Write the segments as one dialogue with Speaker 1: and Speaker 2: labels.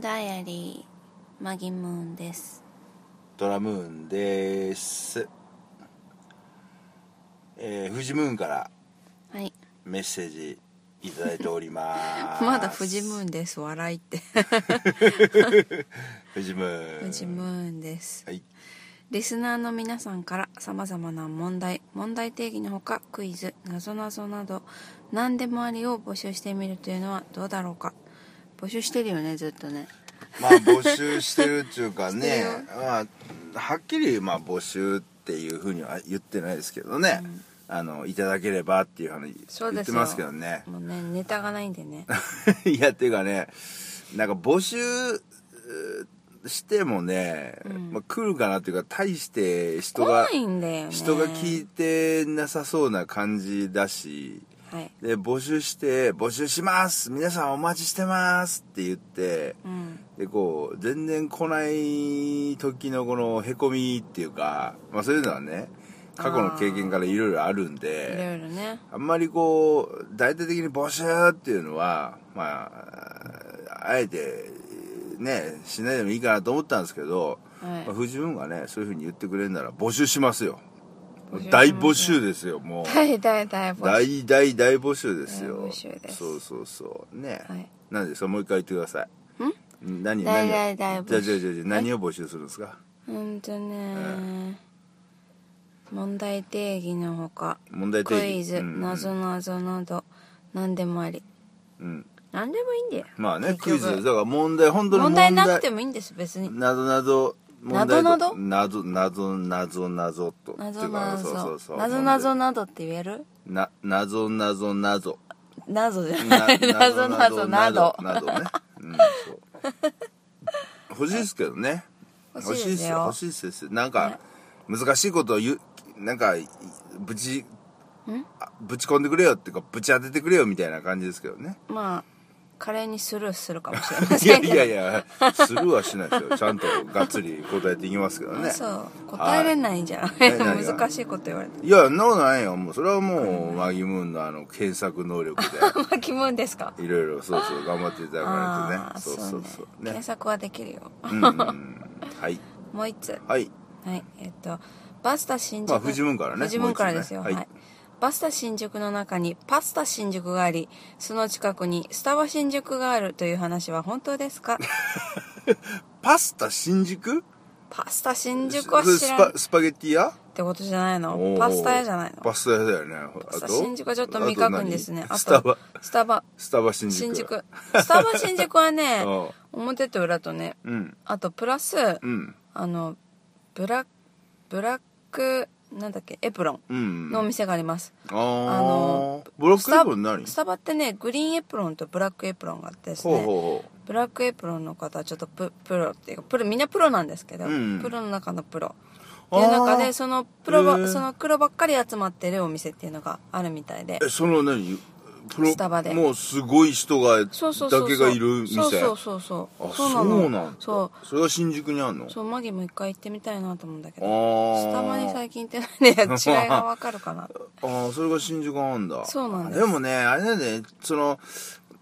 Speaker 1: 帰りマギムーンです
Speaker 2: ドラムーンですえー、フジムーンから
Speaker 1: はい
Speaker 2: メッセージいただいておりま す
Speaker 1: まだフジムーンです笑いって
Speaker 2: フジムーン
Speaker 1: フジムーンです
Speaker 2: はい
Speaker 1: リスナーの皆さんからさまざまな問題問題定義のほかクイズなぞなぞなど何でもありを募集してみるというのはどうだろうか募集してるよねずっとね
Speaker 2: まあ募集してるっていう か
Speaker 1: して
Speaker 2: ね
Speaker 1: るよ、
Speaker 2: まあ、はっきりまあ募集っていうふうには言ってないですけどね、あのいただければっていう話
Speaker 1: そう
Speaker 2: 言
Speaker 1: で
Speaker 2: っ
Speaker 1: す
Speaker 2: て
Speaker 1: よ
Speaker 2: ますけどね
Speaker 1: もうねネタがないんでね
Speaker 2: いやっていうかねなんか募集うしてもね、まあ、来るかなっていうか大して人
Speaker 1: 来
Speaker 2: が、
Speaker 1: ないんだよね
Speaker 2: 人が聞いてなさそうな感じだし
Speaker 1: はい
Speaker 2: で募集して「募集します皆さんお待ちしてます」って言って、
Speaker 1: うん
Speaker 2: でこう全然来ない時のこのへこみっていうか、まあ、そういうのはね過去の経験からいろいろある
Speaker 1: い
Speaker 2: ん
Speaker 1: ろ
Speaker 2: で
Speaker 1: いろね
Speaker 2: あんまりこう大々的に募集っていうのはまああえてねしないでもいいかなと思ったんですけど、
Speaker 1: はい
Speaker 2: まあ、藤文がねそういうふうに言ってくれるなら募集しますよ
Speaker 1: 募集しますよ
Speaker 2: 大募集ですよもう
Speaker 1: 大大大募集
Speaker 2: 大大大募集ですよ
Speaker 1: 大募集です
Speaker 2: そうそうそうね、
Speaker 1: はい
Speaker 2: なんでそれもう一回言ってください
Speaker 1: ん
Speaker 2: 何
Speaker 1: 大
Speaker 2: 何
Speaker 1: 大
Speaker 2: を
Speaker 1: 大募集
Speaker 2: じゃあじゃあじゃあじゃあ何を募集するんですか
Speaker 1: うんとね問題定義のほか
Speaker 2: 問題定義
Speaker 1: クイズ
Speaker 2: うん
Speaker 1: なぞなぞなど何でもあり
Speaker 2: うん
Speaker 1: 何でもいいんだよ
Speaker 2: まあね
Speaker 1: 結
Speaker 2: クイ
Speaker 1: 局
Speaker 2: ズだから問題本当に
Speaker 1: 問
Speaker 2: 問
Speaker 1: 題
Speaker 2: 題
Speaker 1: なくてもいいんです別に
Speaker 2: などなど問題
Speaker 1: など
Speaker 2: などなぞなぞなぞと
Speaker 1: なぞな
Speaker 2: っていうかそうそうそ
Speaker 1: ぞ
Speaker 2: う
Speaker 1: なぞなぞなどって言える
Speaker 2: ななぞなぞなぞ
Speaker 1: なぞじゃ
Speaker 2: な
Speaker 1: ないなぞなぞなど
Speaker 2: などねうん そう欲しいですけどね
Speaker 1: 欲しいですよ
Speaker 2: 欲しいっす欲しいっすなんか難しいことを言うなんかいぶちあぶち込んでくれよっていうかぶち当ててくれよみたいな感じですけどね
Speaker 1: まあ華麗にスルーするかもしれま
Speaker 2: い
Speaker 1: せ
Speaker 2: や
Speaker 1: んけ
Speaker 2: いや
Speaker 1: ど
Speaker 2: いやスルーはしないですよちゃんとがっつり答えていきますけどね
Speaker 1: そう答えれないじゃん
Speaker 2: い何が
Speaker 1: 難しいこと言われて
Speaker 2: いやそんなことないよもうそれはもうマギムーンのあの検索能力
Speaker 1: まあ気分ですか
Speaker 2: でいろいろそうそう頑張っていただかないと
Speaker 1: あ
Speaker 2: ね
Speaker 1: あ
Speaker 2: そうそうそうね
Speaker 1: 検索はできるよ
Speaker 2: うんうんうんはい
Speaker 1: もう一つ
Speaker 2: はい
Speaker 1: はい、えっと、バスタ新宿。
Speaker 2: まあフジモンからね
Speaker 1: フジモンからですよ。
Speaker 2: もう一つね
Speaker 1: は
Speaker 2: は
Speaker 1: い。
Speaker 2: い
Speaker 1: バスタ新宿の中にパスタ新宿があり、その近くにスタバ新宿があるという話は本当です か
Speaker 2: パスタ新宿
Speaker 1: パスタ新宿は
Speaker 2: それ
Speaker 1: 知らんっ
Speaker 2: スパスパゲッティ屋
Speaker 1: てことじゃない
Speaker 2: お
Speaker 1: の
Speaker 2: ー
Speaker 1: パスタ屋じゃないの
Speaker 2: パスタ屋だよね
Speaker 1: パ
Speaker 2: あ
Speaker 1: スタ
Speaker 2: と
Speaker 1: 新宿はちょっと未確認ですね。
Speaker 2: あと何
Speaker 1: あ
Speaker 2: スタバ
Speaker 1: と、スタバ、
Speaker 2: スタバ新宿、
Speaker 1: 新宿。スタバ新宿はね
Speaker 2: おう
Speaker 1: 表と裏とね、
Speaker 2: うん
Speaker 1: あとプラス、
Speaker 2: うん
Speaker 1: あの、ブラック、ブラック、なんだっけ、エプロ
Speaker 2: う
Speaker 1: ン
Speaker 2: ん
Speaker 1: のお店があります。
Speaker 2: あ
Speaker 1: あの
Speaker 2: のブロックエプロン何
Speaker 1: スタバってねグリーンエプロンとブラックエプロンがあってですね
Speaker 2: ほうほ
Speaker 1: ブラックエプロンの方はちょっとププロっていうかプロみんなプロなんですけど、
Speaker 2: うん
Speaker 1: プロの中のプロ
Speaker 2: あ
Speaker 1: ってい
Speaker 2: ー
Speaker 1: う中でそのプロ
Speaker 2: へ
Speaker 1: ば
Speaker 2: ー
Speaker 1: その黒ばっかり集まってるお店っていうのがあるみたいで
Speaker 2: うえその何プ
Speaker 1: スタバで
Speaker 2: もうすごい人がだ
Speaker 1: そうそうそうそう
Speaker 2: けがいる店
Speaker 1: そうそうそうそう
Speaker 2: あ
Speaker 1: そう
Speaker 2: そ
Speaker 1: な
Speaker 2: う
Speaker 1: の
Speaker 2: なんだ
Speaker 1: そ
Speaker 2: それが新宿にあんの
Speaker 1: う
Speaker 2: あ
Speaker 1: そうマギも一回行ってみたいなと思うんだけど
Speaker 2: あ
Speaker 1: スタバに最近行ってないね違いがわかるかな
Speaker 2: ああそれが新宿なんだ
Speaker 1: そうなんです
Speaker 2: でもねあれなんだよねその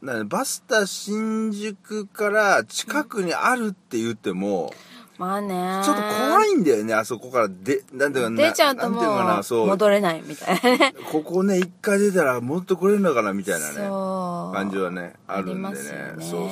Speaker 2: なんバスタ新宿から近くにあるって言っても、
Speaker 1: まあね
Speaker 2: ちょっと怖いんだよねあそこからでなんていうかな
Speaker 1: 出ちゃうとも
Speaker 2: なんていうかなそう
Speaker 1: う戻れないみたいなね
Speaker 2: ここね一回出たらもっと来れるのかなみたいなね
Speaker 1: そう
Speaker 2: 感じはねあるんで
Speaker 1: ありま
Speaker 2: ね
Speaker 1: すよね
Speaker 2: そうそうそう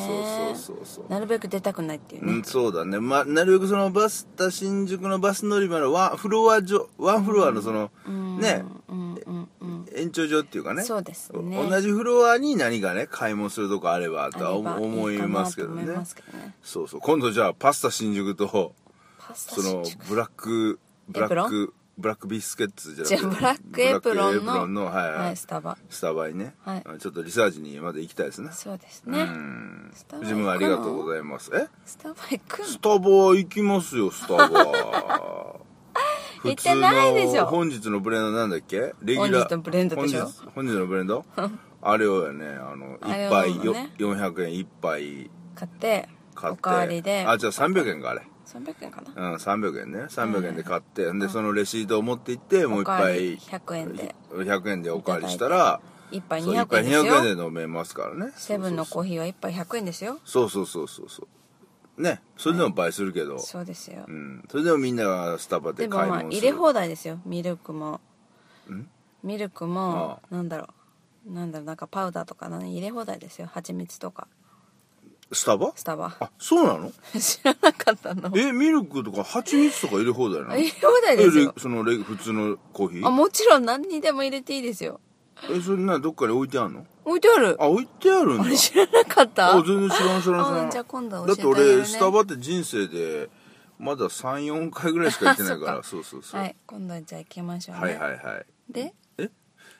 Speaker 2: そうそう
Speaker 1: なるべく出たくないっていう
Speaker 2: う
Speaker 1: ね、
Speaker 2: ん、そうだね、ま、なるべくそのバスタ新宿のバス乗り場のワンフロア上ワンフロアのその、
Speaker 1: うん、
Speaker 2: ね
Speaker 1: うんうんうん
Speaker 2: 延長上っていうかね
Speaker 1: そうですね
Speaker 2: 同じフロアに何かね買い物するとこあればと
Speaker 1: あ
Speaker 2: は
Speaker 1: れば
Speaker 2: 思い
Speaker 1: かな
Speaker 2: ますけ
Speaker 1: と
Speaker 2: ど
Speaker 1: 思
Speaker 2: ね
Speaker 1: いますけどね
Speaker 2: そうそう今度じゃあパスタ新宿と
Speaker 1: パスタ
Speaker 2: その
Speaker 1: 新宿
Speaker 2: ブラックブラ
Speaker 1: エプロ
Speaker 2: ッ
Speaker 1: ン
Speaker 2: クブラックビスケッツじゃなくて
Speaker 1: じゃあブラックエプロンの
Speaker 2: ブラックエプロンのはい、は
Speaker 1: はいい、スタバ
Speaker 2: スタバにね、
Speaker 1: はい
Speaker 2: ちょっとリサーチにまだ行きたいですね
Speaker 1: そうですね、
Speaker 2: うん
Speaker 1: スタバ
Speaker 2: 自分ありがとうございますえ
Speaker 1: スタバ行くの
Speaker 2: スタバ行きますよスタバ
Speaker 1: 行ってないでしょ
Speaker 2: 普通の本日のブレンドなんだっけレギュラ
Speaker 1: 本
Speaker 2: ー
Speaker 1: 日のブレンドでしょ
Speaker 2: 本日本日のブレン ドあれをねあの
Speaker 1: あれを
Speaker 2: 一杯
Speaker 1: 飲む
Speaker 2: よ、
Speaker 1: のね
Speaker 2: 400円一杯
Speaker 1: 買って
Speaker 2: 買って
Speaker 1: おかわりで
Speaker 2: あじゃあ300円かあれ
Speaker 1: 300円かな
Speaker 2: うん300円ね300円で買って、んでそのレシートを持って行ってもう一
Speaker 1: おかわ
Speaker 2: 杯
Speaker 1: り100円で
Speaker 2: 100円でおかわりしたら
Speaker 1: 一杯
Speaker 2: そう一
Speaker 1: 200
Speaker 2: 杯
Speaker 1: 円です
Speaker 2: 200
Speaker 1: よ
Speaker 2: 円で飲めますからね
Speaker 1: セブンのコーヒーは一杯100円ですよ
Speaker 2: そうそうそうそうそうねそれでも倍するけど、
Speaker 1: そうですよ
Speaker 2: うん、それでもみんながスタバ
Speaker 1: で
Speaker 2: で
Speaker 1: も
Speaker 2: 買い
Speaker 1: まあ
Speaker 2: 物
Speaker 1: 入
Speaker 2: す
Speaker 1: れ
Speaker 2: る
Speaker 1: 放題ですよミルクも
Speaker 2: ん
Speaker 1: ミルクも
Speaker 2: あ
Speaker 1: なんだろうなんだろうなんかパウダーとか何入れ放題ですよ蜂蜜とか
Speaker 2: スタバ
Speaker 1: スタバ
Speaker 2: あそうなの
Speaker 1: 知らなかったの
Speaker 2: えミルクとか蜂蜜とか入れ放題なの
Speaker 1: 入れ放題ですよ
Speaker 2: えそのレ普通のコーヒ
Speaker 1: あ
Speaker 2: ー
Speaker 1: もちろん何にでも入れていいですよ
Speaker 2: えそれなどっかに置いてあるの
Speaker 1: 置いてある
Speaker 2: あ置いてあるんだ
Speaker 1: あれ知らなかった
Speaker 2: あ全然知らん知らん知ら
Speaker 1: あ
Speaker 2: ん
Speaker 1: じゃあ今度
Speaker 2: だ
Speaker 1: 教
Speaker 2: っ
Speaker 1: えてあげ
Speaker 2: て
Speaker 1: るね
Speaker 2: 俺スタバって人生でまだ34回ぐらいしか行ってないから そうそうそう、
Speaker 1: はい今度じゃあ行きましょうね、
Speaker 2: はいはいはい
Speaker 1: で
Speaker 2: え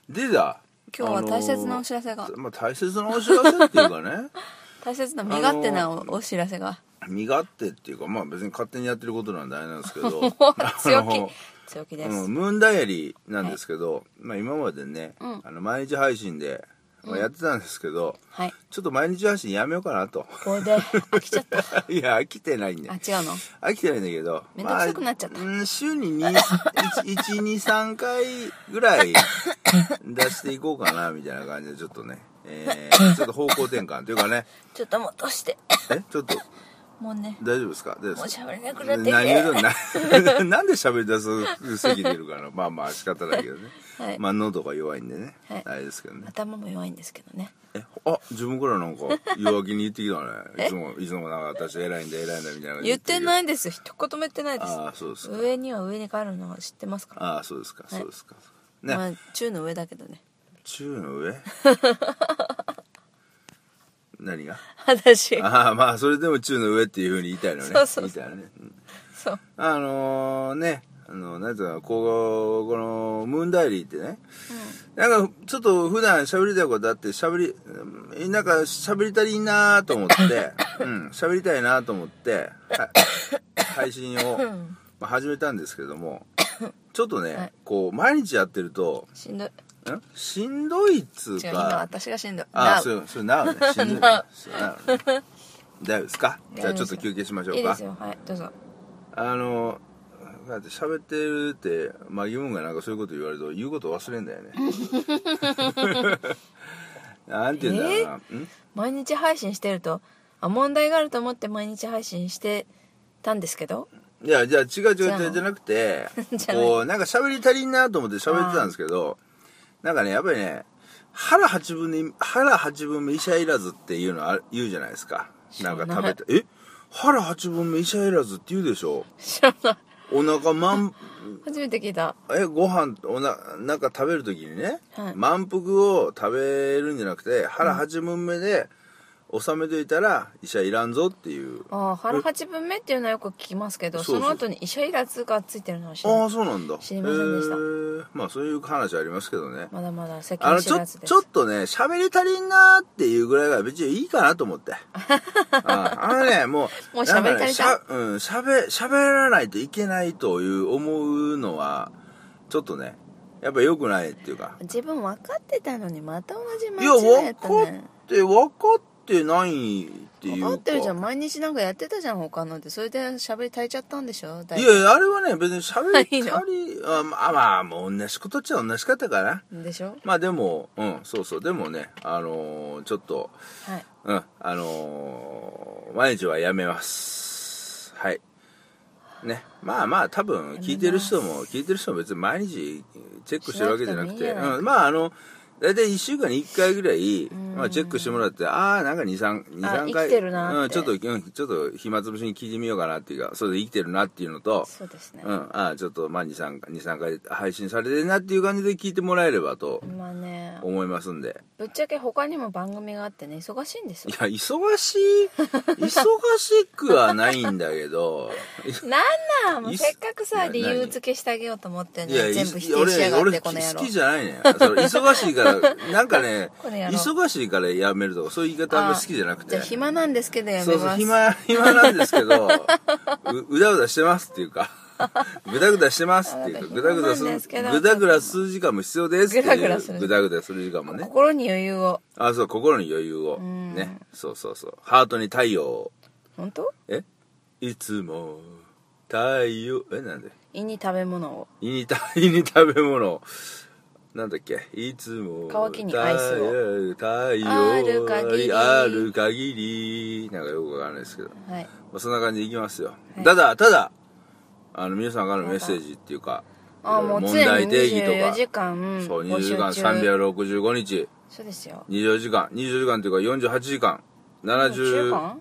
Speaker 2: でだ
Speaker 1: 今日は大切なお知らせが
Speaker 2: あのーまあ、大切なお知らせっていうかね
Speaker 1: 大切な身勝手なお,、知らせが
Speaker 2: 身勝手っていうかまあ別に勝手にやってることなんであれなんですけ ど
Speaker 1: 強
Speaker 2: あ
Speaker 1: 気
Speaker 2: の
Speaker 1: 強気です、
Speaker 2: うん、ムーンダイアリーなんですけど、まあ、今までね、
Speaker 1: うん
Speaker 2: あの毎日配信でまあやってたんですけど、
Speaker 1: はい
Speaker 2: ちょっと毎日配信やめようか なと
Speaker 1: これで飽きちゃった
Speaker 2: いや飽きてないんで
Speaker 1: あ違うの
Speaker 2: 飽きてないんだけど
Speaker 1: めんどくさくなっちゃった
Speaker 2: まあうん週に123回ぐらい出していこうかなみたいな感じでちょっとね、えー、ちょっと方向転換というかね
Speaker 1: ちょっともうどうして
Speaker 2: えちょっと
Speaker 1: もうね
Speaker 2: 大丈夫ですか大丈夫です
Speaker 1: もう
Speaker 2: か
Speaker 1: 喋れなくなってきて
Speaker 2: 何言うのな なんで喋り出す過ぎてるからまあまあ仕方ないけどね、
Speaker 1: はい
Speaker 2: まあ喉が弱いんでね、
Speaker 1: はい
Speaker 2: あれですけどね
Speaker 1: 頭も弱いんですけどね
Speaker 2: えあ自分からなんか弱気に言ってきた ねいつもいつもなんか私偉いんだ偉いんだみたいな
Speaker 1: 言ってないいです一言も言ってないで
Speaker 2: ああそうです
Speaker 1: す
Speaker 2: か
Speaker 1: 上には上にがあるのは知ってますから
Speaker 2: ああそうですか、
Speaker 1: はい
Speaker 2: そうですかね、
Speaker 1: まあ中の上だけどね
Speaker 2: 中の上何が
Speaker 1: 私
Speaker 2: ああまあそれでも中の上っていうふうに言いたいのね
Speaker 1: そうそう
Speaker 2: 言いたいのねうん
Speaker 1: そう
Speaker 2: あのー、ね、あの、なんていうの、こう、この、ムーンダイアリーってね、なんか、ちょっと普段喋りたいことあって、喋り、うんなんか喋りたりなーと思って、うん、喋りたいなーと思って、は配信を、まあ、始めたんですけども、ちょっとね、
Speaker 1: はい
Speaker 2: こう、毎日やってると、
Speaker 1: しんどい
Speaker 2: んしんどいっつう
Speaker 1: 違う今
Speaker 2: か、
Speaker 1: 私がしんどい
Speaker 2: あ
Speaker 1: な
Speaker 2: あ、そう、そう、なうね、しんどい。
Speaker 1: な
Speaker 2: そうなうね大丈夫ですかじゃあちょっと休憩しましょうか。
Speaker 1: いいですよはいどうぞ
Speaker 2: あのだって喋ってるってまあ疑問がなんかそういうこと言われると言うこと忘れん だよねなんて言うんだろうな、ん
Speaker 1: 毎日配信してるとあ問題があると思って毎日配信してたんですけど
Speaker 2: いやじゃあ違う違う
Speaker 1: じゃあ
Speaker 2: 違うじゃなくて
Speaker 1: じゃない
Speaker 2: こうなんか喋り足りんなと思って喋ってたんですけどなんかねやっぱりね腹八分に腹八分目医者いらずっていうのある言うじゃないですかなんか食べてえ腹八分目医者いらずって言うでしょ
Speaker 1: 知らない
Speaker 2: お腹満
Speaker 1: 初めて聞いた
Speaker 2: えご飯おななんか食べる時にね、
Speaker 1: はい
Speaker 2: 満腹を食べるんじゃなくて腹八分目で収めといたら医者いらんぞっていう、
Speaker 1: ああ腹八分目っていうのはよく聞きますけどそ
Speaker 2: そうそう
Speaker 1: の後に医者いらずがついてるのは知ら
Speaker 2: あ
Speaker 1: な
Speaker 2: あ
Speaker 1: い
Speaker 2: そうなんだ
Speaker 1: 知りませんでした
Speaker 2: へーまあそういう話ありますけどね、
Speaker 1: まだまだ世
Speaker 2: あ
Speaker 1: 間
Speaker 2: の
Speaker 1: 知
Speaker 2: ちょ
Speaker 1: らずです
Speaker 2: ちょっとね喋り足りんなーっていうぐらいが別にいいかなと思って ああのねもう
Speaker 1: もう喋り足りた
Speaker 2: なんかねしゃうん喋喋らないといけないという思うのはちょっとねやっぱ良くないっていうか
Speaker 1: 自分分かってたのにまた同じ
Speaker 2: いや、
Speaker 1: 間違いや
Speaker 2: 分
Speaker 1: った
Speaker 2: かっ
Speaker 1: ね
Speaker 2: て、分かってないって
Speaker 1: 分
Speaker 2: いうか。
Speaker 1: かってるじゃん毎日なんかやってたじゃん他のってそれで喋り足りちゃったんでしょだ
Speaker 2: い
Speaker 1: ぶ
Speaker 2: やいや、あれはね、別に喋 り
Speaker 1: いいの
Speaker 2: たり、あまあまあ、もう同じことっちゃ同じ方かな。
Speaker 1: でしょ
Speaker 2: まあでも、うん、そうそう、でもね、あのーちょっと、
Speaker 1: はい
Speaker 2: うん、あのー毎日はやめます。はい。ね。まあまあ、多分、聞いてる人も、聞いてる人も別に毎日チェックしてるわけじゃなく
Speaker 1: しな
Speaker 2: て、
Speaker 1: くてもいいんじゃない
Speaker 2: うん、まああの、大体1週間に1回ぐらい、
Speaker 1: ん
Speaker 2: まあ、チェックしてもらって、ああ、なんか2、3、
Speaker 1: あ
Speaker 2: 2、3
Speaker 1: 生
Speaker 2: 回、
Speaker 1: きてるなって
Speaker 2: うん、ちょっと、うん、ちょっと暇つぶしに聞いてみようかなっていうか、それで生きてるなっていうのと、
Speaker 1: そうですね
Speaker 2: うん、ああ、ちょっと、まあ2、3、2、3回配信されてるなっていう感じで聞いてもらえればと
Speaker 1: まあね
Speaker 2: 思いますんで。
Speaker 1: ぶっちゃけ他にも番組があってね忙しいんです
Speaker 2: い
Speaker 1: よ
Speaker 2: や、忙しい、忙しくはないんだけど、
Speaker 1: なんなんもう
Speaker 2: い
Speaker 1: せっかくさ
Speaker 2: いや
Speaker 1: 理由付けしてあげようと思 ってね
Speaker 2: いや、
Speaker 1: 全部
Speaker 2: い
Speaker 1: 否定しやがっ
Speaker 2: 俺、
Speaker 1: て
Speaker 2: 俺
Speaker 1: この野
Speaker 2: 好
Speaker 1: 郎
Speaker 2: きじゃないね。それ忙しいから、なんかね、
Speaker 1: この野郎
Speaker 2: 忙しいからやめるとか、そういう言い方あんまり好きじゃなくて。
Speaker 1: じゃあ暇なんですけどやめます
Speaker 2: そうそう、暇、暇なんですけど、う、うだうだしてますっていうか、ぐだぐだしてますっていうか、
Speaker 1: あ
Speaker 2: ぐだぐだす
Speaker 1: 暇なんですけど
Speaker 2: る、ぐだぐだする時間も必要ですっていう。
Speaker 1: ぐだぐだする
Speaker 2: ぐだぐだする時間もね。
Speaker 1: 心に余裕を
Speaker 2: あ、そう、心に余裕を。
Speaker 1: ん
Speaker 2: ね。そうそうそう。ハートに太陽を。
Speaker 1: 本当
Speaker 2: えいつも太陽えなんで
Speaker 1: 胃に食べ物を
Speaker 2: 胃にた胃に食べ物をなんだっけいつも
Speaker 1: 乾きにアイスを
Speaker 2: 太陽
Speaker 1: ある限り
Speaker 2: ある限りなんかよくわかんないですけど、ま
Speaker 1: はい
Speaker 2: あ、そんな感じでいきますよ、
Speaker 1: はい
Speaker 2: ただただあの皆さんからのメッセージっていうか
Speaker 1: あもう常
Speaker 2: 問
Speaker 1: に
Speaker 2: 題定義と
Speaker 1: 24
Speaker 2: か
Speaker 1: 時間
Speaker 2: そう
Speaker 1: 募
Speaker 2: 20
Speaker 1: 集
Speaker 2: 時
Speaker 1: 中
Speaker 2: 間365日
Speaker 1: そうですよ
Speaker 2: 24時間24時間というか48時間
Speaker 1: 中
Speaker 2: 70
Speaker 1: 間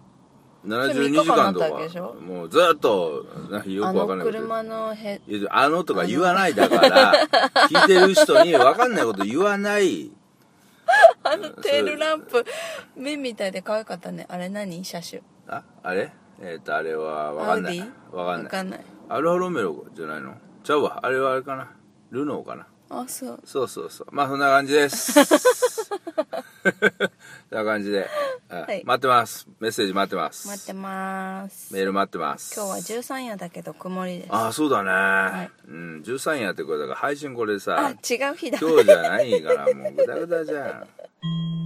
Speaker 2: 72時間と
Speaker 1: それ三日間だったわけでし
Speaker 2: か
Speaker 1: ょ
Speaker 2: もうずっとなんかよ
Speaker 1: あ
Speaker 2: くわ
Speaker 1: の
Speaker 2: かんないこと言って
Speaker 1: 車の へ
Speaker 2: いやあのとか言わないだから、聞いてる人に分かんないこと言わない。
Speaker 1: あのテールランプ目みたいで可愛かったねあれ何車種
Speaker 2: あ、あれえっ、と、あれは分かんない。
Speaker 1: アウデ
Speaker 2: 分
Speaker 1: ィ
Speaker 2: かん
Speaker 1: わ
Speaker 2: ない。
Speaker 1: かんない
Speaker 2: アルファロメロじゃないのちゃうわ。あれはあれかな。ルノーかな。
Speaker 1: あそう
Speaker 2: そうそうそう。まあ、そんな感 じです。そんな感じで、はい
Speaker 1: はい
Speaker 2: 待ってます。メッセージ待ってます。
Speaker 1: 待ってます
Speaker 2: メール待ってます。
Speaker 1: 今日は13夜だけど曇りです
Speaker 2: ああ、そうだね。
Speaker 1: い
Speaker 2: うん、13やってこれだから配信これ
Speaker 1: あ
Speaker 2: さ、
Speaker 1: 違う日だ
Speaker 2: 今日じゃないから、もうぐだぐだじゃん。